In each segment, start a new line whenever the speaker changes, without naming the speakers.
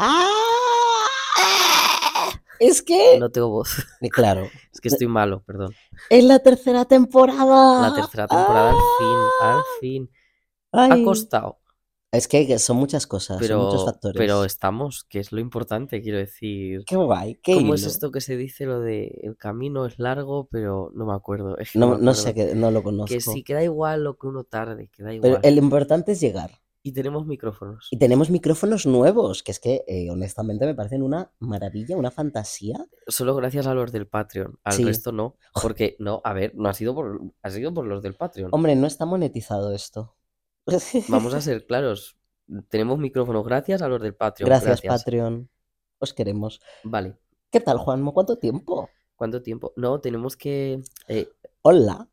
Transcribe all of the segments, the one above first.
¡Ah! es que
No tengo voz.
Y claro,
Es que estoy malo, perdón.
es la tercera temporada.
La tercera temporada, al fin, al fin.
ah. Ay,
Ha costado.
Es que son muchas cosas, son
Pero,
muchos factores.
pero estamos, que es lo importante, quiero decir.
Qué guay, qué
¿Cómo es
hilo.
esto que se dice lo de el camino es largo, pero no me acuerdo? es que
No,
me
no sé,
acuerdo.
que no lo conozco.
Que sí, que da igual lo que uno tarde, que da igual.
pero el importante es llegar.
Y tenemos micrófonos.
Y tenemos micrófonos nuevos, que es que eh, honestamente me parecen una maravilla, una fantasía.
Solo gracias a los del Patreon. Al
Sí.
resto no. Porque, no, a ver, no ha sido por, ha sido por los del Patreon.
Hombre, no está monetizado esto.
Vamos a ser claros. Tenemos micrófonos gracias a los del Patreon.
Gracias,
Gracias,
Patreon. Os queremos.
Vale.
¿Qué tal, Juanmo? ¿Cuánto tiempo?
¿Cuánto tiempo? No, tenemos que. eh,
Hola.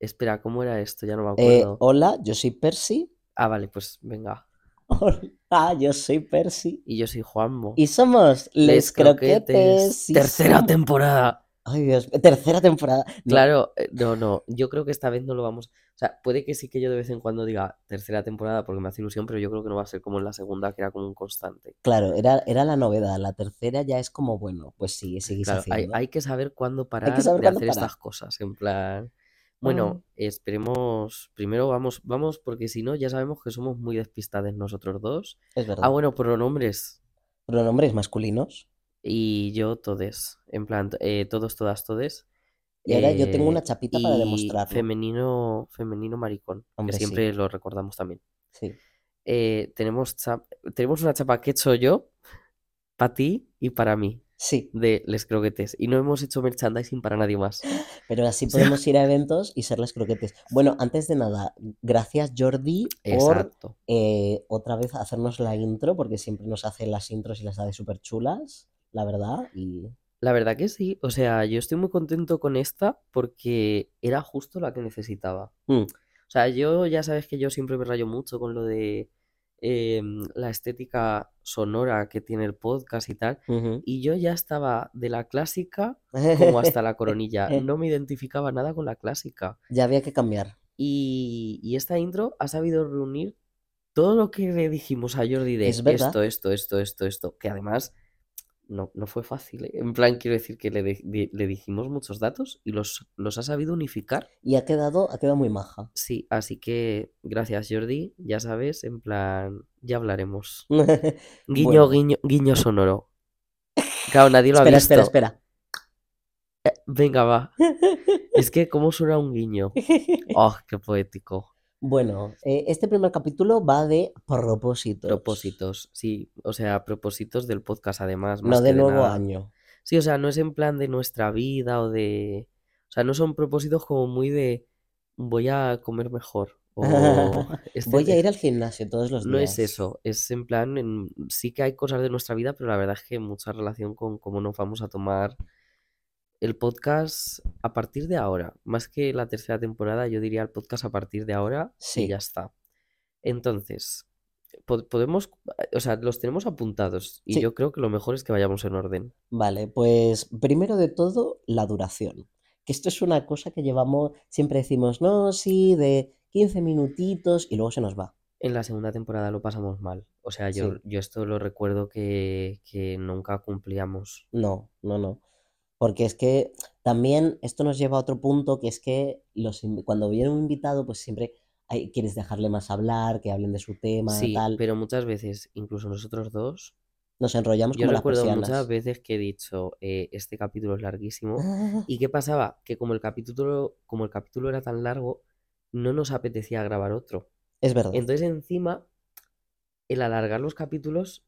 espera, ¿cómo era esto? Ya no me
eh,
acuerdo.
hola, yo soy Percy.
Ah, vale, pues venga.
Hola, yo soy Percy.
Y yo soy Juanmo.
Y somos Les,
Les
Croquetes. sí
Tercera
somos.
temporada.
Ay, Dios, tercera temporada. No,
Claro, eh, no, no. Yo creo que esta vez no lo vamos. O sea, puede que sí que yo de vez en cuando diga tercera temporada porque me hace ilusión, pero yo creo que no va a ser como en la segunda, que era como un constante.
Claro, era, era la novedad. La tercera ya es como, bueno, pues sí, seguís
Claro, hay,
haciendo.
hay que saber cuándo parar
saber
de
cuándo
hacer
parar. Mm.
estas cosas. En plan. Bueno, esperemos. Primero vamos, vamos, porque si no, ya sabemos que somos muy despistades nosotros dos.
Es verdad.
Ah, bueno, pronombres.
Pronombres masculinos.
Y yo todes. En plan, eh, todos, todas, todes.
Y ahora yo tengo
Eh,
una chapita para
y
demostrarlo.
Femenino, femenino maricón.
Hombre,
que
sí.
siempre lo recordamos también.
Sí.
Eh, tenemos, cha- tenemos una chapa que he hecho yo, para ti y para mí,
Sí,
de Les Croquetes. Y no hemos hecho merchandising para nadie más.
pero así
sea-
podemos ir a eventos y ser las croquetes. Bueno, antes de nada, gracias Jordi por
Exacto.
eh, otra vez hacernos la intro, porque siempre nos hace las intros y las hace súper chulas, la verdad. Y
La verdad que sí. O sea, yo estoy muy contento con esta porque era justo la que necesitaba.
Mm.
O sea, yo ya sabes que yo siempre me rayo mucho con lo de em, la estética sonora que tiene el podcast y tal. Y yo ya estaba de la clásica como hasta la coronilla. No me identificaba nada con la clásica.
ya había que cambiar.
Y, y esta intro ha sabido reunir todo lo que le dijimos a Jordi de
Es verdad.
esto, esto, esto, esto, esto. Que además no, no fue fácil. ¿eh? En plan, quiero decir que le, di- di- le dijimos muchos datos y los, los ha sabido unificar.
Y ha quedado, ha quedado muy maja.
Sí, así que gracias Jordi. Ya sabes, en plan, ya hablaremos. Guiño,
Bueno.
guiño, guiño sonoro. Claro, nadie lo
espera,
ha visto.
espera, espera.
Venga, va. Es que, ¿cómo suena un guiño? ¡Oh, qué poético!
Bueno, eh, este primer capítulo va de propósitos.
Propósitos, sí. O sea, propósitos del podcast, además. Más
No de
que
nuevo
nada.
año.
Sí, o sea, no es en plan de nuestra vida o de. O sea, no son propósitos como muy de. Voy a comer mejor. O. este-
Voy a ir al gimnasio todos los días.
No es eso, es en plan, en- sí que hay cosas de nuestra vida, pero la verdad es que mucha relación con cómo nos vamos a tomar el podcast a partir de ahora. Más que la tercera temporada, yo diría el podcast a partir de ahora
Sí.
y ya está. Entonces, po- podemos, eh, o sea, los tenemos apuntados y
Sí.
yo creo que lo mejor es que vayamos en orden.
Vale, pues primero de todo, la duración. Que esto es una cosa que llevamos, siempre decimos, no, sí, de 15 minutitos y luego se nos va.
En la segunda temporada lo pasamos mal. O sea, yo,
Sí.
yo esto lo recuerdo que, que nunca cumplíamos.
No, no, no. Porque es que también esto nos lleva a otro punto, que es que los, invi- cuando viene un invitado, pues siempre hay- quieres dejarle más hablar, que hablen de su tema,
Sí,
tal.
pero muchas veces, incluso nosotros dos,
Nos enrollamos
Yo
Pues como las
recuerdo
persianas. Ah.
muchas veces que he dicho, eh, este capítulo es larguísimo. ¿Y qué pasaba? Que como el capítulo, como el capítulo era tan largo, no nos apetecía grabar otro.
Es verdad.
Entonces, encima, el alargar los capítulos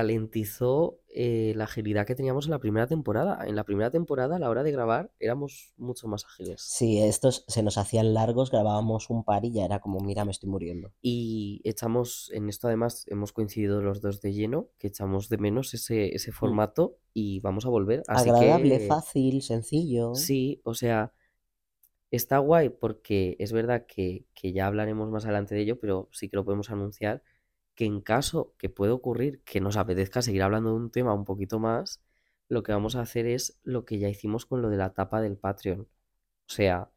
ralentizó eh, la agilidad que teníamos en la primera temporada. En la primera temporada, a la hora de grabar, éramos mucho más ágiles.
Sí, estos se nos hacían largos, grabábamos un par y ya era como, mira, me estoy muriendo.
Y echamos, en esto además, hemos coincidido los dos de lleno, que echamos de menos ese, ese formato y vamos a volver. Así
Mm. Agradable,
que...
fácil, sencillo.
Sí, o sea, está guay porque es verdad que, que ya hablaremos más adelante de ello, pero sí que lo podemos anunciar, que en caso que pueda ocurrir que nos apetezca seguir hablando de un tema un poquito más, lo que vamos a hacer es lo que ya hicimos con lo de la tapa del Patreon. O sea,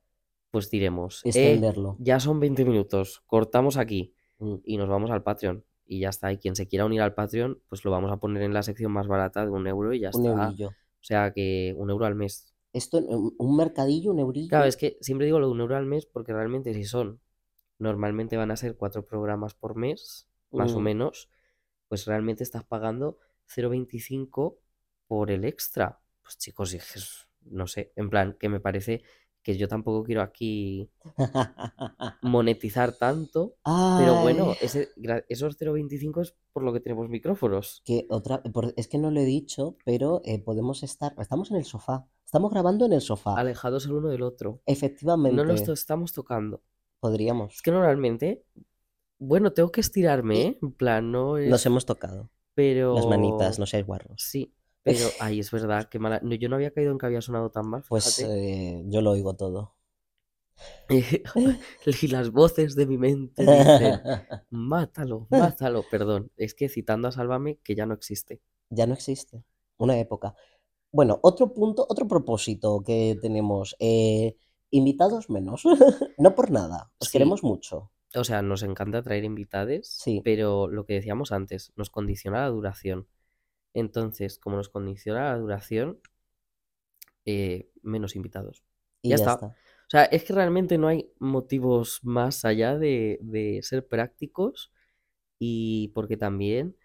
pues diremos, "Eh,
Extenderlo.
ya son 20 minutos, cortamos aquí
Mm.
y nos vamos al Patreon. y ya está. Y quien se quiera unir al Patreon, pues lo vamos a poner en la sección más barata de un euro y ya
un
está.
eurillo.
O sea que un euro al mes.
Esto, un un mercadillo, un eurillo.
Claro, es que siempre digo lo de un euro al mes porque realmente si son, normalmente van a ser cuatro programas por mes, más o
Mm,
menos, pues realmente estás pagando 0,25 por el extra. Pues chicos, es que es- no sé, en plan, que me parece que yo tampoco quiero aquí monetizar tanto, pero bueno,
Ay,
ese, gra- esos 0,25 es por lo que tenemos micrófonos.
que otra, por- es que no lo he dicho, pero eh, podemos estar, estamos en el sofá, estamos grabando en el sofá,
Alejados el uno del otro. No nos to-
efectivamente,
estamos tocando. Es
podríamos,
que normalmente, bueno, tengo que estirarme, ¿eh? En plan, no
nos
es...
hemos tocado las manitas,
Pero...
no seáis guarros.
Sí, pero... Ay, es verdad, qué mala... No, yo no había caído en que había sonado tan mal,
Pues
fíjate.
eh, yo lo oigo todo. eh,
Y las voces de mi mente dicen, mátalo, mátalo. Perdón, es que citando a Sálvame, que ya no existe.
Ya no existe. Una época. Bueno, otro punto, otro propósito que tenemos. eh, invitados menos. no por nada. Os
Sí,
queremos mucho.
o sea, nos encanta traer invitades,
Sí.
pero lo que decíamos antes, nos condiciona la duración. Entonces, como nos condiciona la duración, eh, menos invitados.
Y
Ya
ya
está.
está.
O sea, es que realmente no hay motivos más allá de, de ser prácticos y porque también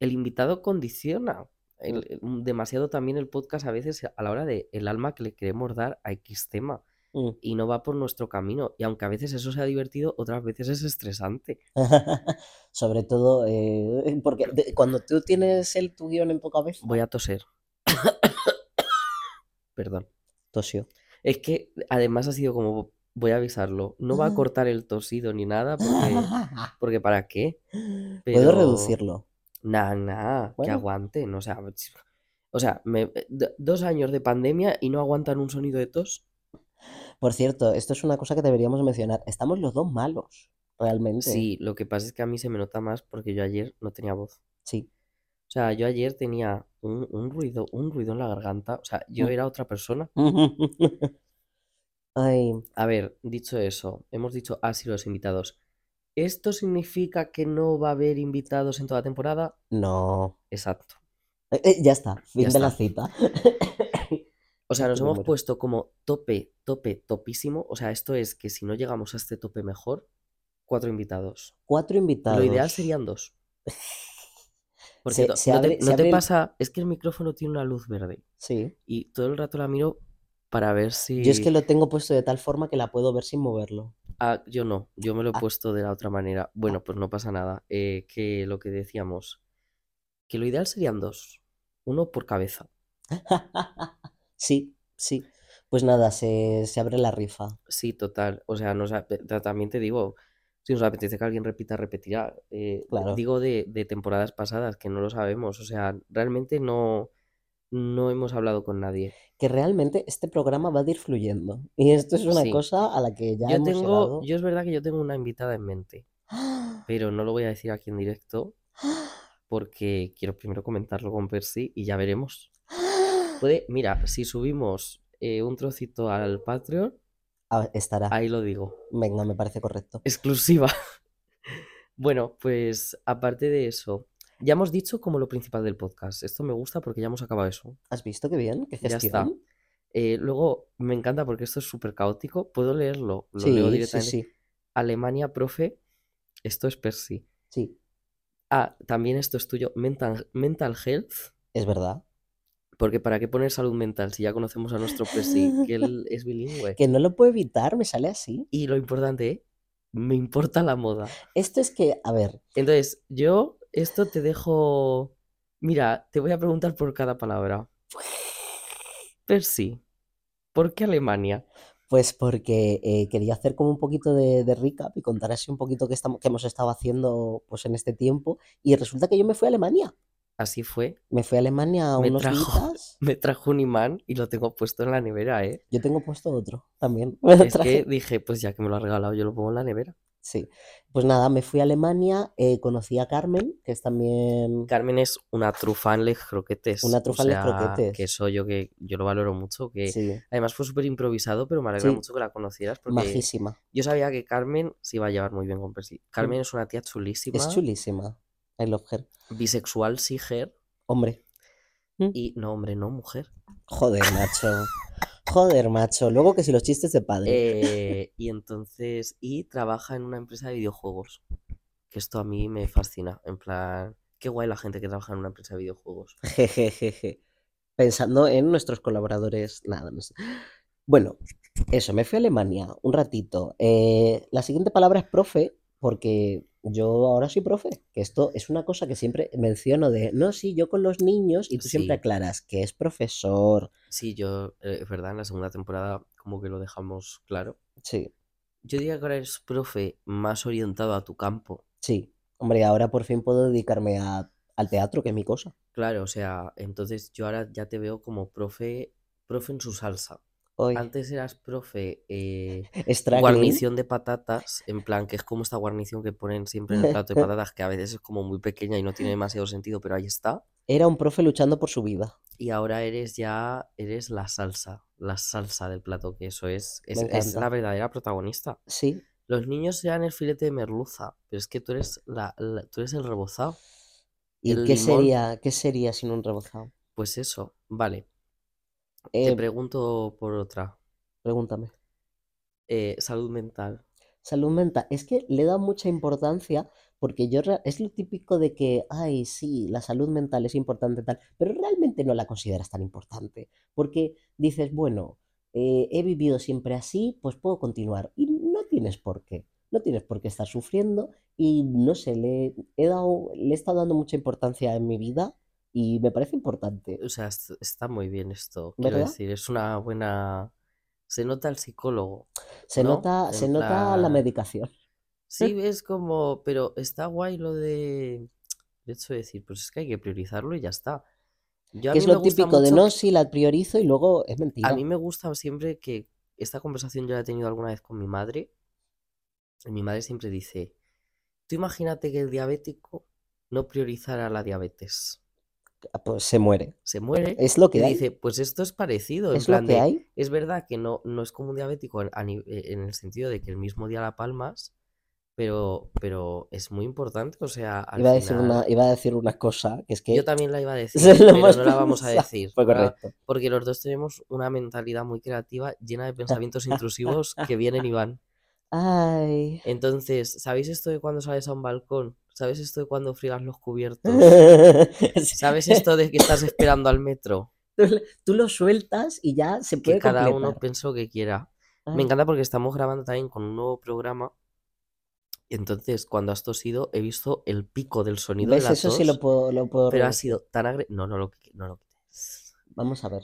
el invitado condiciona el- el- un- demasiado también el podcast a veces a la hora de el alma que le queremos dar a X tema
Mm.
y no va por nuestro camino. Y aunque a veces eso sea divertido, otras veces es estresante.
Sobre todo, eh, porque de- cuando tú tienes el tu guión en tu cabeza,
Voy a toser, perdón.
tosio.
Es que además ha sido como, voy a avisarlo, no va a cortar el tosido ni nada porque, porque ¿para qué?
Puedo
Pero...
reducirlo.
Nah, nah, que
Bueno,
aguanten, o sea, ch- o sea, me- eh, do- dos años de pandemia y no aguantan un sonido de tos.
por cierto, esto es una cosa que deberíamos mencionar. Estamos los dos malos, realmente.
Sí, lo que pasa es que a mí se me nota más porque yo ayer no tenía voz.
Sí.
O sea, yo ayer tenía un, un ruido, un ruido en la garganta, o sea,
Mm.
yo era otra persona.
Ay,
A ver, dicho eso, hemos dicho así los invitados. ¿Esto significa que no va a haber invitados en toda la temporada?
no.
Exacto,
Eh, eh, ya está,
ya
fin de la
está.
cita.
O
Es
sea,
que
nos
me
hemos
muero.
puesto como tope, tope, topísimo. O sea, esto es que si no llegamos a este tope mejor, cuatro invitados.
Cuatro
Lo ideal
invitados.
serían dos. Porque
Se,
to-
se
no te,
abre, se
no te
abre el...
pasa, es que el micrófono tiene una luz verde
Sí.
y todo el rato la miro para ver
Yo es que
si...
lo tengo puesto de tal forma que la puedo ver sin moverlo.
Ah, yo no, yo me lo he
Ah,
puesto de la otra manera.
ah,
Bueno, pues no pasa nada. Eh, que lo que decíamos, que lo ideal serían dos. Uno por cabeza.
Sí, sí. Pues nada, se, se abre la rifa.
Sí, total. O sea, nos ape- ta- también te digo, si nos apetece que alguien repita, repetirá. Eh, de-
Claro.
digo de, de temporadas pasadas, que no lo sabemos. O sea, realmente no, no hemos hablado con nadie.
Que realmente este programa va a ir fluyendo. Y esto es una
Sí.
cosa a la que ya
Yo
hemos
tengo,
llegado. ¡Ah!
yo es verdad que yo tengo una invitada en mente, pero no lo voy a decir aquí en directo porque quiero primero comentarlo con Percy y ya veremos.
¡Ah!
Puede, mira, si subimos eh, un trocito al Patreon,
Ah, estará.
ahí lo digo.
Venga, me parece correcto.
Exclusiva. Bueno, pues aparte de eso, ya hemos dicho como lo principal del podcast. Esto me gusta porque ya hemos acabado eso.
¿Has visto qué bien? ¿Qué
Ya está.
gestión?
Eh, luego, me encanta porque esto es súper caótico. Puedo leerlo, lo leo
Sí, sí,
directamente.
sí,
Alemania, profe, esto es Percy.
sí.
Ah, también esto es tuyo, mental, mental health.
Es verdad.
Porque ¿para qué poner salud mental si ya conocemos a nuestro Percy, que él es bilingüe?
Que no lo puedo evitar, me sale así.
Y lo importante, ¿eh? me importa la moda.
Esto es que, a ver,
Entonces, yo esto te dejo... Mira, te voy a preguntar por cada palabra. Percy, ¿por qué Alemania?
pues porque eh, quería hacer como un poquito de, de recap y contar así un poquito qué, estamos, qué hemos estado haciendo pues en este tiempo. Y resulta que yo me fui a Alemania.
Así fue.
Me fui a Alemania
Me
unos
trajo,
días.
me trajo un imán y lo tengo puesto en la nevera, ¿eh?
Yo tengo puesto otro también. Me lo
Es que
traje.
dije, pues ya que me lo ha regalado, yo lo pongo en la nevera.
Sí. Pues nada, me fui a Alemania, eh, conocí a Carmen, que es también...
Carmen es una trufa en les croquetes.
Una trufa en les croquetes.
Que eso yo que yo lo valoro mucho. Que
Sí,
además fue súper improvisado, pero me alegra
Sí.
mucho que la conocieras porque
majísima.
yo sabía que Carmen se iba a llevar muy bien con Percy. Carmen es una tía chulísima,
Mm. Es chulísima. I love her.
bisexual, siger
Hombre.
y no hombre, no mujer.
Joder, macho. Joder, macho. Luego que si los chistes de padre.
Eh, y entonces, y trabaja en una empresa de videojuegos. Que esto a mí me fascina. En plan, qué guay la gente que trabaja en una empresa de videojuegos.
Jejejeje. Pensando en nuestros colaboradores, nada más. Bueno, eso, me fui a Alemania un ratito. Eh, la siguiente palabra es profe, porque yo ahora soy profe, que esto es una cosa que siempre menciono de, no, sí, yo con los niños, y tú siempre
Sí.
aclaras que es profesor.
Sí, yo, eh, es verdad, en la segunda temporada como que lo dejamos claro.
Sí,
Yo diría que ahora eres profe más orientado a tu campo.
sí. Hombre, ahora por fin puedo dedicarme a- al teatro, que es mi cosa.
Claro, o sea, entonces yo ahora ya te veo como profe, profe en su salsa.
Hoy,
Antes eras profe eh,
Strackling,
guarnición de patatas, en plan, que es como esta guarnición que ponen siempre en el plato de patatas, que a veces es como muy pequeña y no tiene demasiado sentido, pero ahí está.
era un profe luchando por su vida.
Y ahora eres ya, eres la salsa, la salsa del plato, que eso es, es, es
encanta.
la verdadera protagonista.
Sí,
Los niños serán el filete de merluza, pero es que tú eres, la, la- tú eres el rebozado.
¿Y
El
qué
limón.
sería, qué sería sin un rebozado?
Pues eso, vale.
Eh,
Te pregunto por otra.
pregúntame.
Eh, salud mental.
Salud mental. Es que le da mucha importancia porque yo rea- es lo típico de que, ay, sí, la salud mental es importante tal, pero realmente no la consideras tan importante porque dices, bueno, eh, he vivido siempre así, pues puedo continuar y no tienes por qué. No tienes por qué estar sufriendo y no sé, le he dado, le he estado dando mucha importancia en mi vida y me parece importante.
O sea, est- está muy bien esto, quiero
¿Verdad?
decir, es una buena... Se nota el psicólogo.
Se
¿no?
nota, se
En
nota la
plan,
medicación.
Sí, es como, pero está guay lo de... De hecho, decir, pues es que hay que priorizarlo y ya está. Yo a
que es
mí me
lo
gusta
típico de
mucho-
no, si la priorizo y luego es mentira.
A mí me gusta siempre que esta conversación yo la he tenido alguna vez con mi madre. Y mi madre siempre dice, tú imagínate que el diabético no priorizara la diabetes.
Ah, Pues se muere.
Se muere.
Es lo
Y
que hay.
dice, pues esto es parecido. en
Es lo
plan
que
de,
hay.
Es verdad que no, no es como un diabético en, a ni- eh, en el sentido de que el mismo día la palmas, pero, pero es muy importante. O sea, al
Iba a, decir
final-
una, iba a decir una cosa, que es que...
Yo también la iba a decir,
es lo
pero
más
no la vamos a
pensado.
decir.
Fue
no la-
correcto.
Porque los dos tenemos una mentalidad muy creativa, llena de pensamientos intrusivos que vienen y van.
Ay.
Entonces, ¿sabéis esto de cuando sales a un balcón? ¿Sabéis esto de cuando friegas los cubiertos?
Sí.
¿Sabes esto de que estás esperando al metro?
Tú lo sueltas y ya se
Que
puede
cada uno
completar.
pensó que quiera.
Ay,
Me encanta porque estamos grabando también con un nuevo programa. Y entonces, cuando has tosido, he visto el pico del sonido
¿Ves?
de la
Eso sí
tos,
lo puedo... Lo puedo
pero ha
reducir.
sido tan agresivo. No, no lo, qui- no lo quites.
Vamos a ver.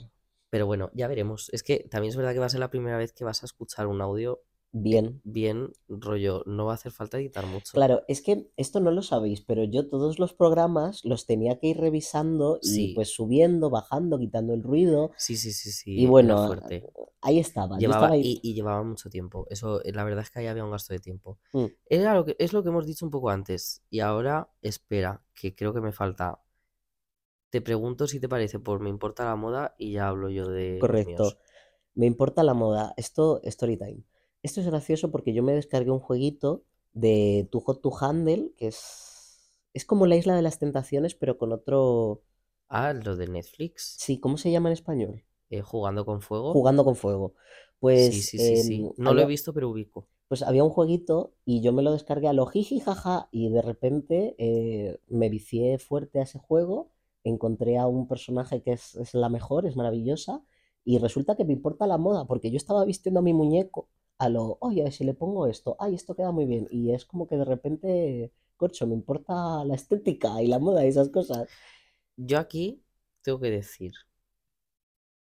Pero bueno, ya veremos. Es que también es verdad que va a ser la primera vez que vas a escuchar un audio
Bien.
bien rollo. No va a hacer falta editar mucho.
Claro, es que esto no lo sabéis, pero yo todos los programas los tenía que ir revisando y
Sí.
pues subiendo, bajando, quitando el ruido.
Sí, sí, sí, sí.
Y
era
bueno,
fuerte.
Ahí estaba. yo
Llevaba,
estaba ahí.
y, y llevaba mucho tiempo. Eso, eh, la verdad es que ahí había un gasto de tiempo.
Mm.
Era lo que, es lo que hemos dicho un poco antes. Y ahora, espera, que creo que me falta. Te pregunto si te parece por Me importa la moda y ya hablo yo de eh, los míos.
Correcto. Me importa la moda. Esto, story time. Esto es gracioso porque yo me descargué un jueguito de Too Hot to Handle, que es. Es como la isla de las tentaciones, pero con otro.
Ah, lo de Netflix.
Sí, ¿cómo se llama en español?
eh, jugando con fuego.
Jugando con fuego. Pues.
Sí, sí, sí, sí.
em,
No lo he
había-
visto, pero ubico.
pues había un jueguito y yo me lo descargué a lo jiji jaja y de repente eh, me vicié fuerte a ese juego, encontré a un personaje que es, es la mejor, es maravillosa y resulta que me importa la moda porque yo estaba vistiendo a mi muñeco a lo, oye, a ver si le pongo esto, ay, esto queda muy bien y es como que de repente, corcho, me importa la estética y la moda y esas cosas.
Yo aquí tengo que decir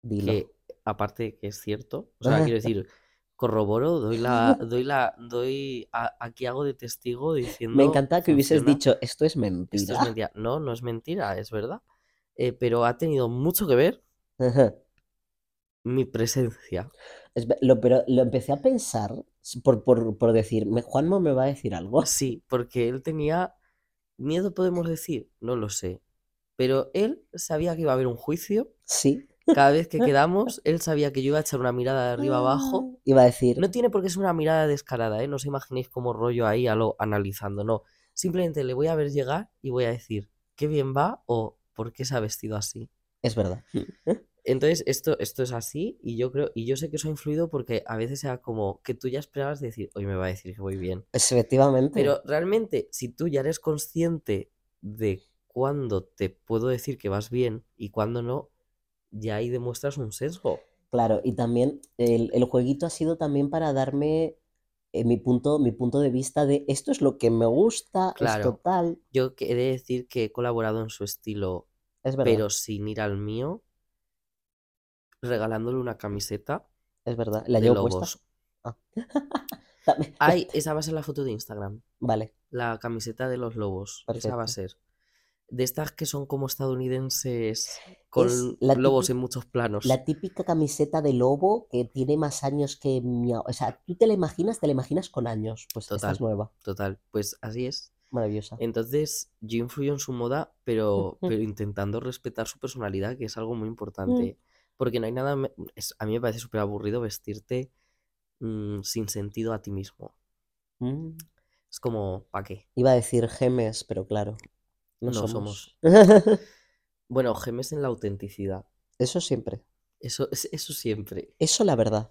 Dilo. Ah.
que, aparte de que es cierto, o sea, quiero decir, corroboro, doy la, doy la, doy, a- aquí hago de testigo diciendo.
me encanta que hubieses
"Funciona".
dicho, esto es mentira.
Esto es mentira. No, no es mentira, es verdad. Eh, pero ha tenido mucho que ver mi presencia.
Es ve- lo, pero lo empecé a pensar s- por, por, por decir, "Me- Juanma me va a decir algo.
Sí, porque él tenía miedo, podemos decir, no lo sé. Pero él sabía que iba a haber un juicio.
Sí.
Cada vez que quedamos, él sabía que yo iba a echar una mirada de arriba abajo.
Ah, Iba a decir,
No tiene por qué ser una mirada descarada, ¿eh? No os imaginéis como rollo ahí a lo analizando, no. Simplemente le voy a ver llegar y voy a decir, qué bien va o por qué se ha vestido así.
es verdad.
Entonces, esto, esto es así y yo creo, y yo sé que eso ha influido porque a veces era como que tú ya esperabas decir, hoy me va a decir que voy bien.
Es- Efectivamente.
Pero realmente, si tú ya eres consciente de cuándo te puedo decir que vas bien y cuándo no, ya ahí demuestras un sesgo.
Claro, y también el, el jueguito ha sido también para darme eh, mi punto, mi punto de vista de esto es lo que me gusta,
Claro.
esto tal.
Yo que- he de decir que he colaborado en su estilo
Es verdad,
pero sin ir al mío, regalándole una camiseta
es verdad. La
de
llevo puesta.
Lobos.
También-
Ay, esa va a ser la foto de Instagram,
Vale,
la camiseta de los Lobos. Esa va a
Perfecto.
ser. De estas que son como estadounidenses con
Es la
lobos
típica-
en muchos planos.
la típica camiseta de lobo que tiene más años que mi... a- O sea, tú te la imaginas, te la imaginas con años. Pues esta es
Total. Eh,
nueva,
Total, pues así es.
maravillosa.
Entonces, yo influyo en su moda, pero, pero intentando respetar su personalidad, que es algo
Mm.
muy importante. Porque no hay nada. me- es- a mí me parece súper aburrido vestirte mm, sin sentido a ti mismo.
Mm,
Es como, ¿para qué?
Iba a decir gemes, pero claro, no,
No
somos.
somos. Bueno, gemes en la autenticidad.
Eso siempre,
Eso, es- eso siempre.
eso la verdad.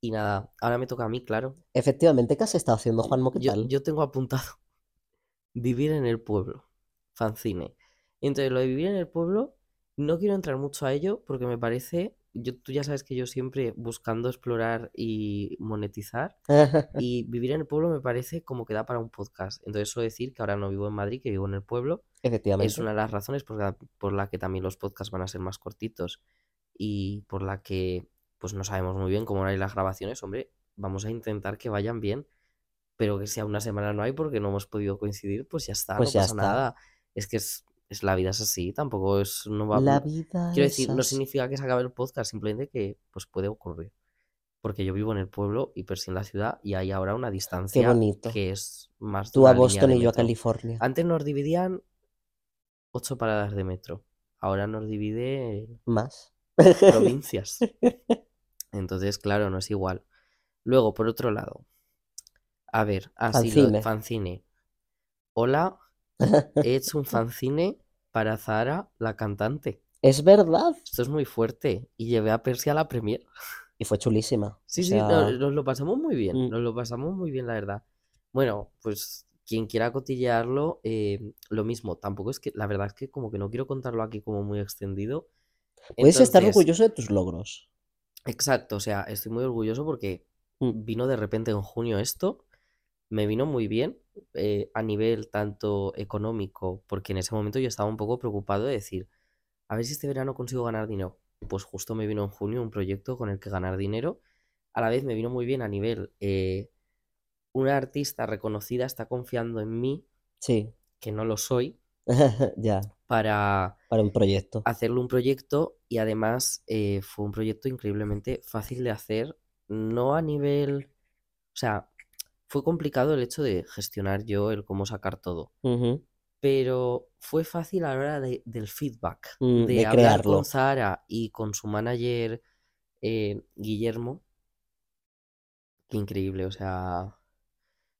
Y nada, ahora me toca a mí, claro.
Efectivamente, ¿qué has estado haciendo, Juanmo? ¿Qué
Yo,
tal?
yo tengo apuntado vivir en el pueblo. Fanzine. Entonces, lo de vivir en el pueblo, no quiero entrar mucho a ello porque me parece. Yo, tú ya sabes que yo siempre buscando explorar y monetizar. Y vivir en el pueblo me parece como que da para un podcast. Entonces, eso decir que ahora no vivo en Madrid, que vivo en el pueblo.
Efectivamente.
es una de las razones por la, por la que también los podcasts van a ser más cortitos y por la que pues no sabemos muy bien cómo van a ir las grabaciones. Hombre, vamos a intentar que vayan bien, pero que si a una semana no hay porque no hemos podido coincidir, pues ya está,
Pues
no
ya
pasa
está.
nada. Es que es, es la vida es así, tampoco es no va,
La
no-
vida
quiero
es
decir, no
así.
significa que se acabe el podcast, simplemente que pues puede ocurrir. Porque yo vivo en el pueblo y Percy en la ciudad y hay ahora una distancia
bonito.
que es más de
Tú a
una línea
Boston
de
y yo a
metro. Ah.
California.
Antes nos dividían ocho paradas de metro. Ahora nos divide
Más.
provincias. Entonces, claro, no es igual. Luego, por otro lado, a ver, así
Fanzine.
lo fanzine. Hola, he hecho un fanzine para Zahara, la cantante.
Es verdad.
Esto es muy fuerte. Y llevé a Persia a la premier.
Y fue chulísima.
Sí,
O
sí,
sea,
no- nos lo pasamos muy bien.
Mm.
Nos lo pasamos muy bien, la verdad. Bueno, pues quien quiera cotillearlo, eh, lo mismo. Tampoco es que, la verdad es que como que no quiero contarlo aquí como muy extendido.
Puedes estar
Entonces,
orgulloso de tus logros.
Exacto, o sea, estoy muy orgulloso porque
Mm.
vino de repente en junio esto, me vino muy bien eh, a nivel tanto económico, porque en ese momento yo estaba un poco preocupado de decir, a ver si este verano consigo ganar dinero. Pues justo me vino en junio un proyecto con el que ganar dinero. A la vez me vino muy bien a nivel, eh, una artista reconocida está confiando en mí,
Sí.
que no lo soy,
ya.
para
Para un proyecto.
hacerle un proyecto y además eh, fue un proyecto increíblemente fácil de hacer, no a nivel, o sea, fue complicado el hecho de gestionar yo el cómo sacar todo,
Ujú.
pero fue fácil a la hora de- del feedback,
Mm,
de
de
hablar
crearlo.
con Zara y con su manager eh, Guillermo. Qué increíble, o sea,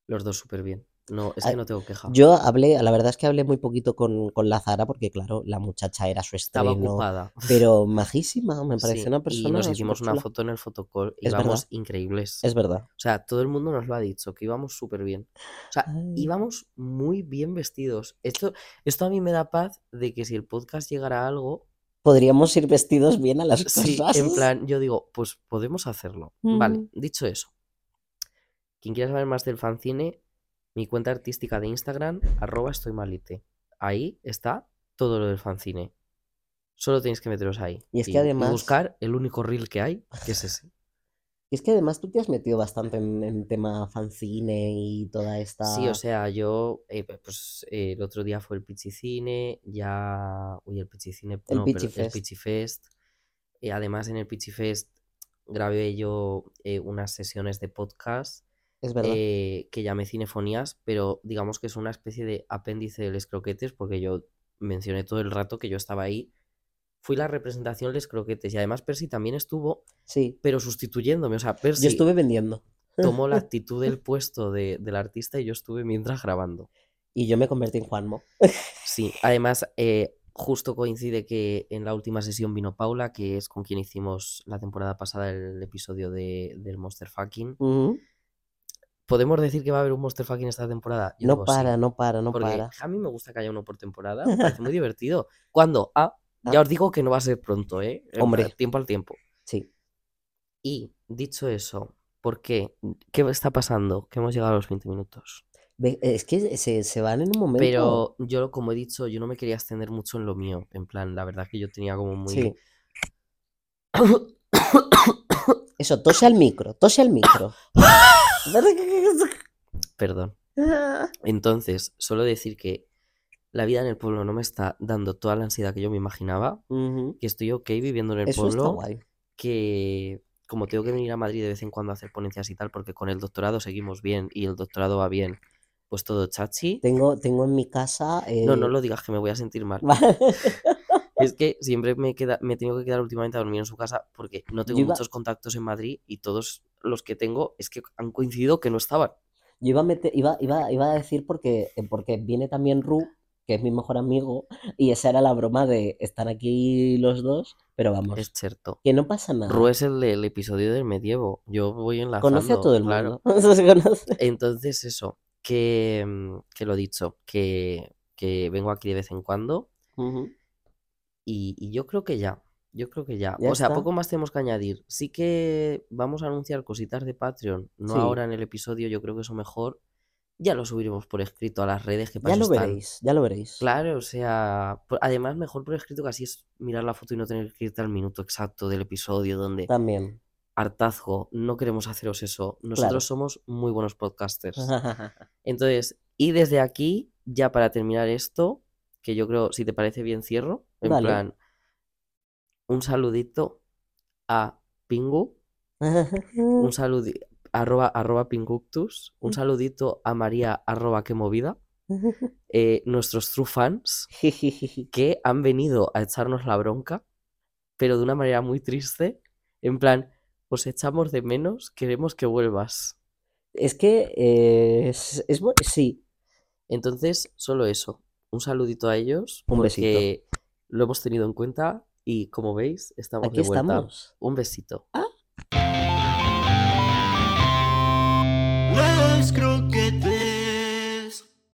los dos súper bien. No, es
Ah,
que no tengo queja.
Yo hablé, la verdad es que hablé muy poquito con, con la Zara porque, claro, la muchacha era su
Estaba
estreno.
ocupada.
Pero majísima, me pareció
Sí,
una
y
persona
nos hicimos una
superchula.
foto en el fotocall y
Es verdad.
vamos increíbles.
Es verdad.
O sea, todo el mundo nos lo ha dicho, que íbamos súper bien. O sea,
Ay.
íbamos muy bien vestidos. Esto, esto a mí me da paz de que si el podcast llegara a algo,
Podríamos ir vestidos bien a las
sí,
cosas.
en plan, yo digo, pues podemos hacerlo. Vale,
Ujú.
dicho eso, quien quiera saber más del fanzine, mi cuenta artística de Instagram, arroba estoy malite. Ahí está todo lo del fanzine. Solo tenéis que meteros ahí.
Y es que además-
buscar el único reel que hay, que es ese.
Y es que además tú te has metido bastante en, en tema fanzine y toda esta.
Sí, o sea, yo, eh, pe- pues eh, el otro día fue el Pichicine, ya, uy, el Pichicine,
El
no, pero el
Pichifest.
Pichifest, Eh, además, en el Pitchy Fest grabé yo eh, unas sesiones de podcast
Es verdad.
eh, que llamé cinefonías, pero digamos que es una especie de apéndice de Les Croquetes, porque yo mencioné todo el rato que yo estaba ahí. Fui la representación Les Croquetes y además Percy también estuvo,
sí.
pero sustituyéndome. O sea, Percy
Yo estuve vendiendo
tomó la actitud del puesto de- del artista y yo estuve mientras grabando.
y yo me convertí en Juanmo.
Sí, además, eh, justo coincide que en la última sesión vino Paula, que es con quien hicimos la temporada pasada el episodio de, del Monster Fucking.
Ujú.
¿Podemos decir que va a haber un Monster Fucking esta temporada? Yo
No
digo sí,
para, no para, no
porque
para.
a mí me gusta que haya uno por temporada, me parece muy divertido. ¿Cuándo? Ah, ya
Ah.
os digo que no va a ser pronto, ¿eh? Eh,
Hombre.
Tiempo al tiempo.
Sí.
Y dicho eso, ¿por qué? ¿Qué está pasando? Que hemos llegado a los 20 minutos.
Ve- Es que se, se van en un momento.
Pero yo, como he dicho, yo no me quería extender mucho en lo mío. En plan, la verdad que yo tenía como muy...
Sí. Eso, tose al micro, tose al micro.
Perdón. Entonces, solo decir que la vida en el pueblo no me está dando toda la ansiedad que yo me imaginaba.
Ujú.
Que estoy ok viviendo en el
Eso está
pueblo.
guay.
Que como tengo que venir a Madrid de vez en cuando a hacer ponencias y tal, porque con el doctorado seguimos bien y el doctorado va bien, pues todo chachi.
Tengo, tengo en mi casa.
No, no
eh,
lo digas que me voy a sentir mal.
Yo
Es que siempre me, queda, me he tenido que quedar últimamente a dormir en su casa porque no tengo
iba-
muchos contactos en Madrid y todos los que tengo es que han coincidido que no estaban.
iba a, meter- iba, iba, iba a decir porque, eh, porque viene también Ru, que es mi mejor amigo, y esa era la broma de están aquí los dos, pero vamos,
Es cierto.
que no pasa nada.
Ru es el, del episodio del medievo. Yo voy enlazando.
conoce a todo el
claro.
mundo. Se conoce.
Entonces, eso, que, mm, que lo dicho, que, que vengo aquí de vez en cuando
Ujú.
y, y yo creo que ya. Yo creo que ya.
Ya
o sea,
está.
poco más tenemos que añadir. Sí que vamos a anunciar cositas de Patreon. No
Sí.
ahora en el episodio, yo creo que eso mejor. Ya lo subiremos por escrito a las redes que
Ya
pasan.
lo veréis, ya lo veréis.
pues Claro, o sea, por- además mejor por escrito que así es mirar la foto y no tener que irte al minuto exacto del episodio donde
También.
hartazgo, no queremos haceros eso. Nosotros
Claro.
somos muy buenos podcasters. Entonces, y desde aquí, ya para terminar esto, que yo creo, si te parece bien, cierro. En
Dale.
plan, un saludito a Pingu, un saludito arroba, arroba Pinguctus, un
Mm.
saludito a María arroba que movida, eh, nuestros true fans. que han venido a echarnos la bronca, pero de una manera muy triste. En plan, os echamos de menos, queremos que vuelvas.
es que eh, es, es bu- sí,
Entonces, solo eso. Un saludito a ellos,
Un besito.
porque lo hemos tenido en cuenta y como veis, estamos
aquí
de vuelta.
estamos. Ah.
Un besito.
Les croquettes.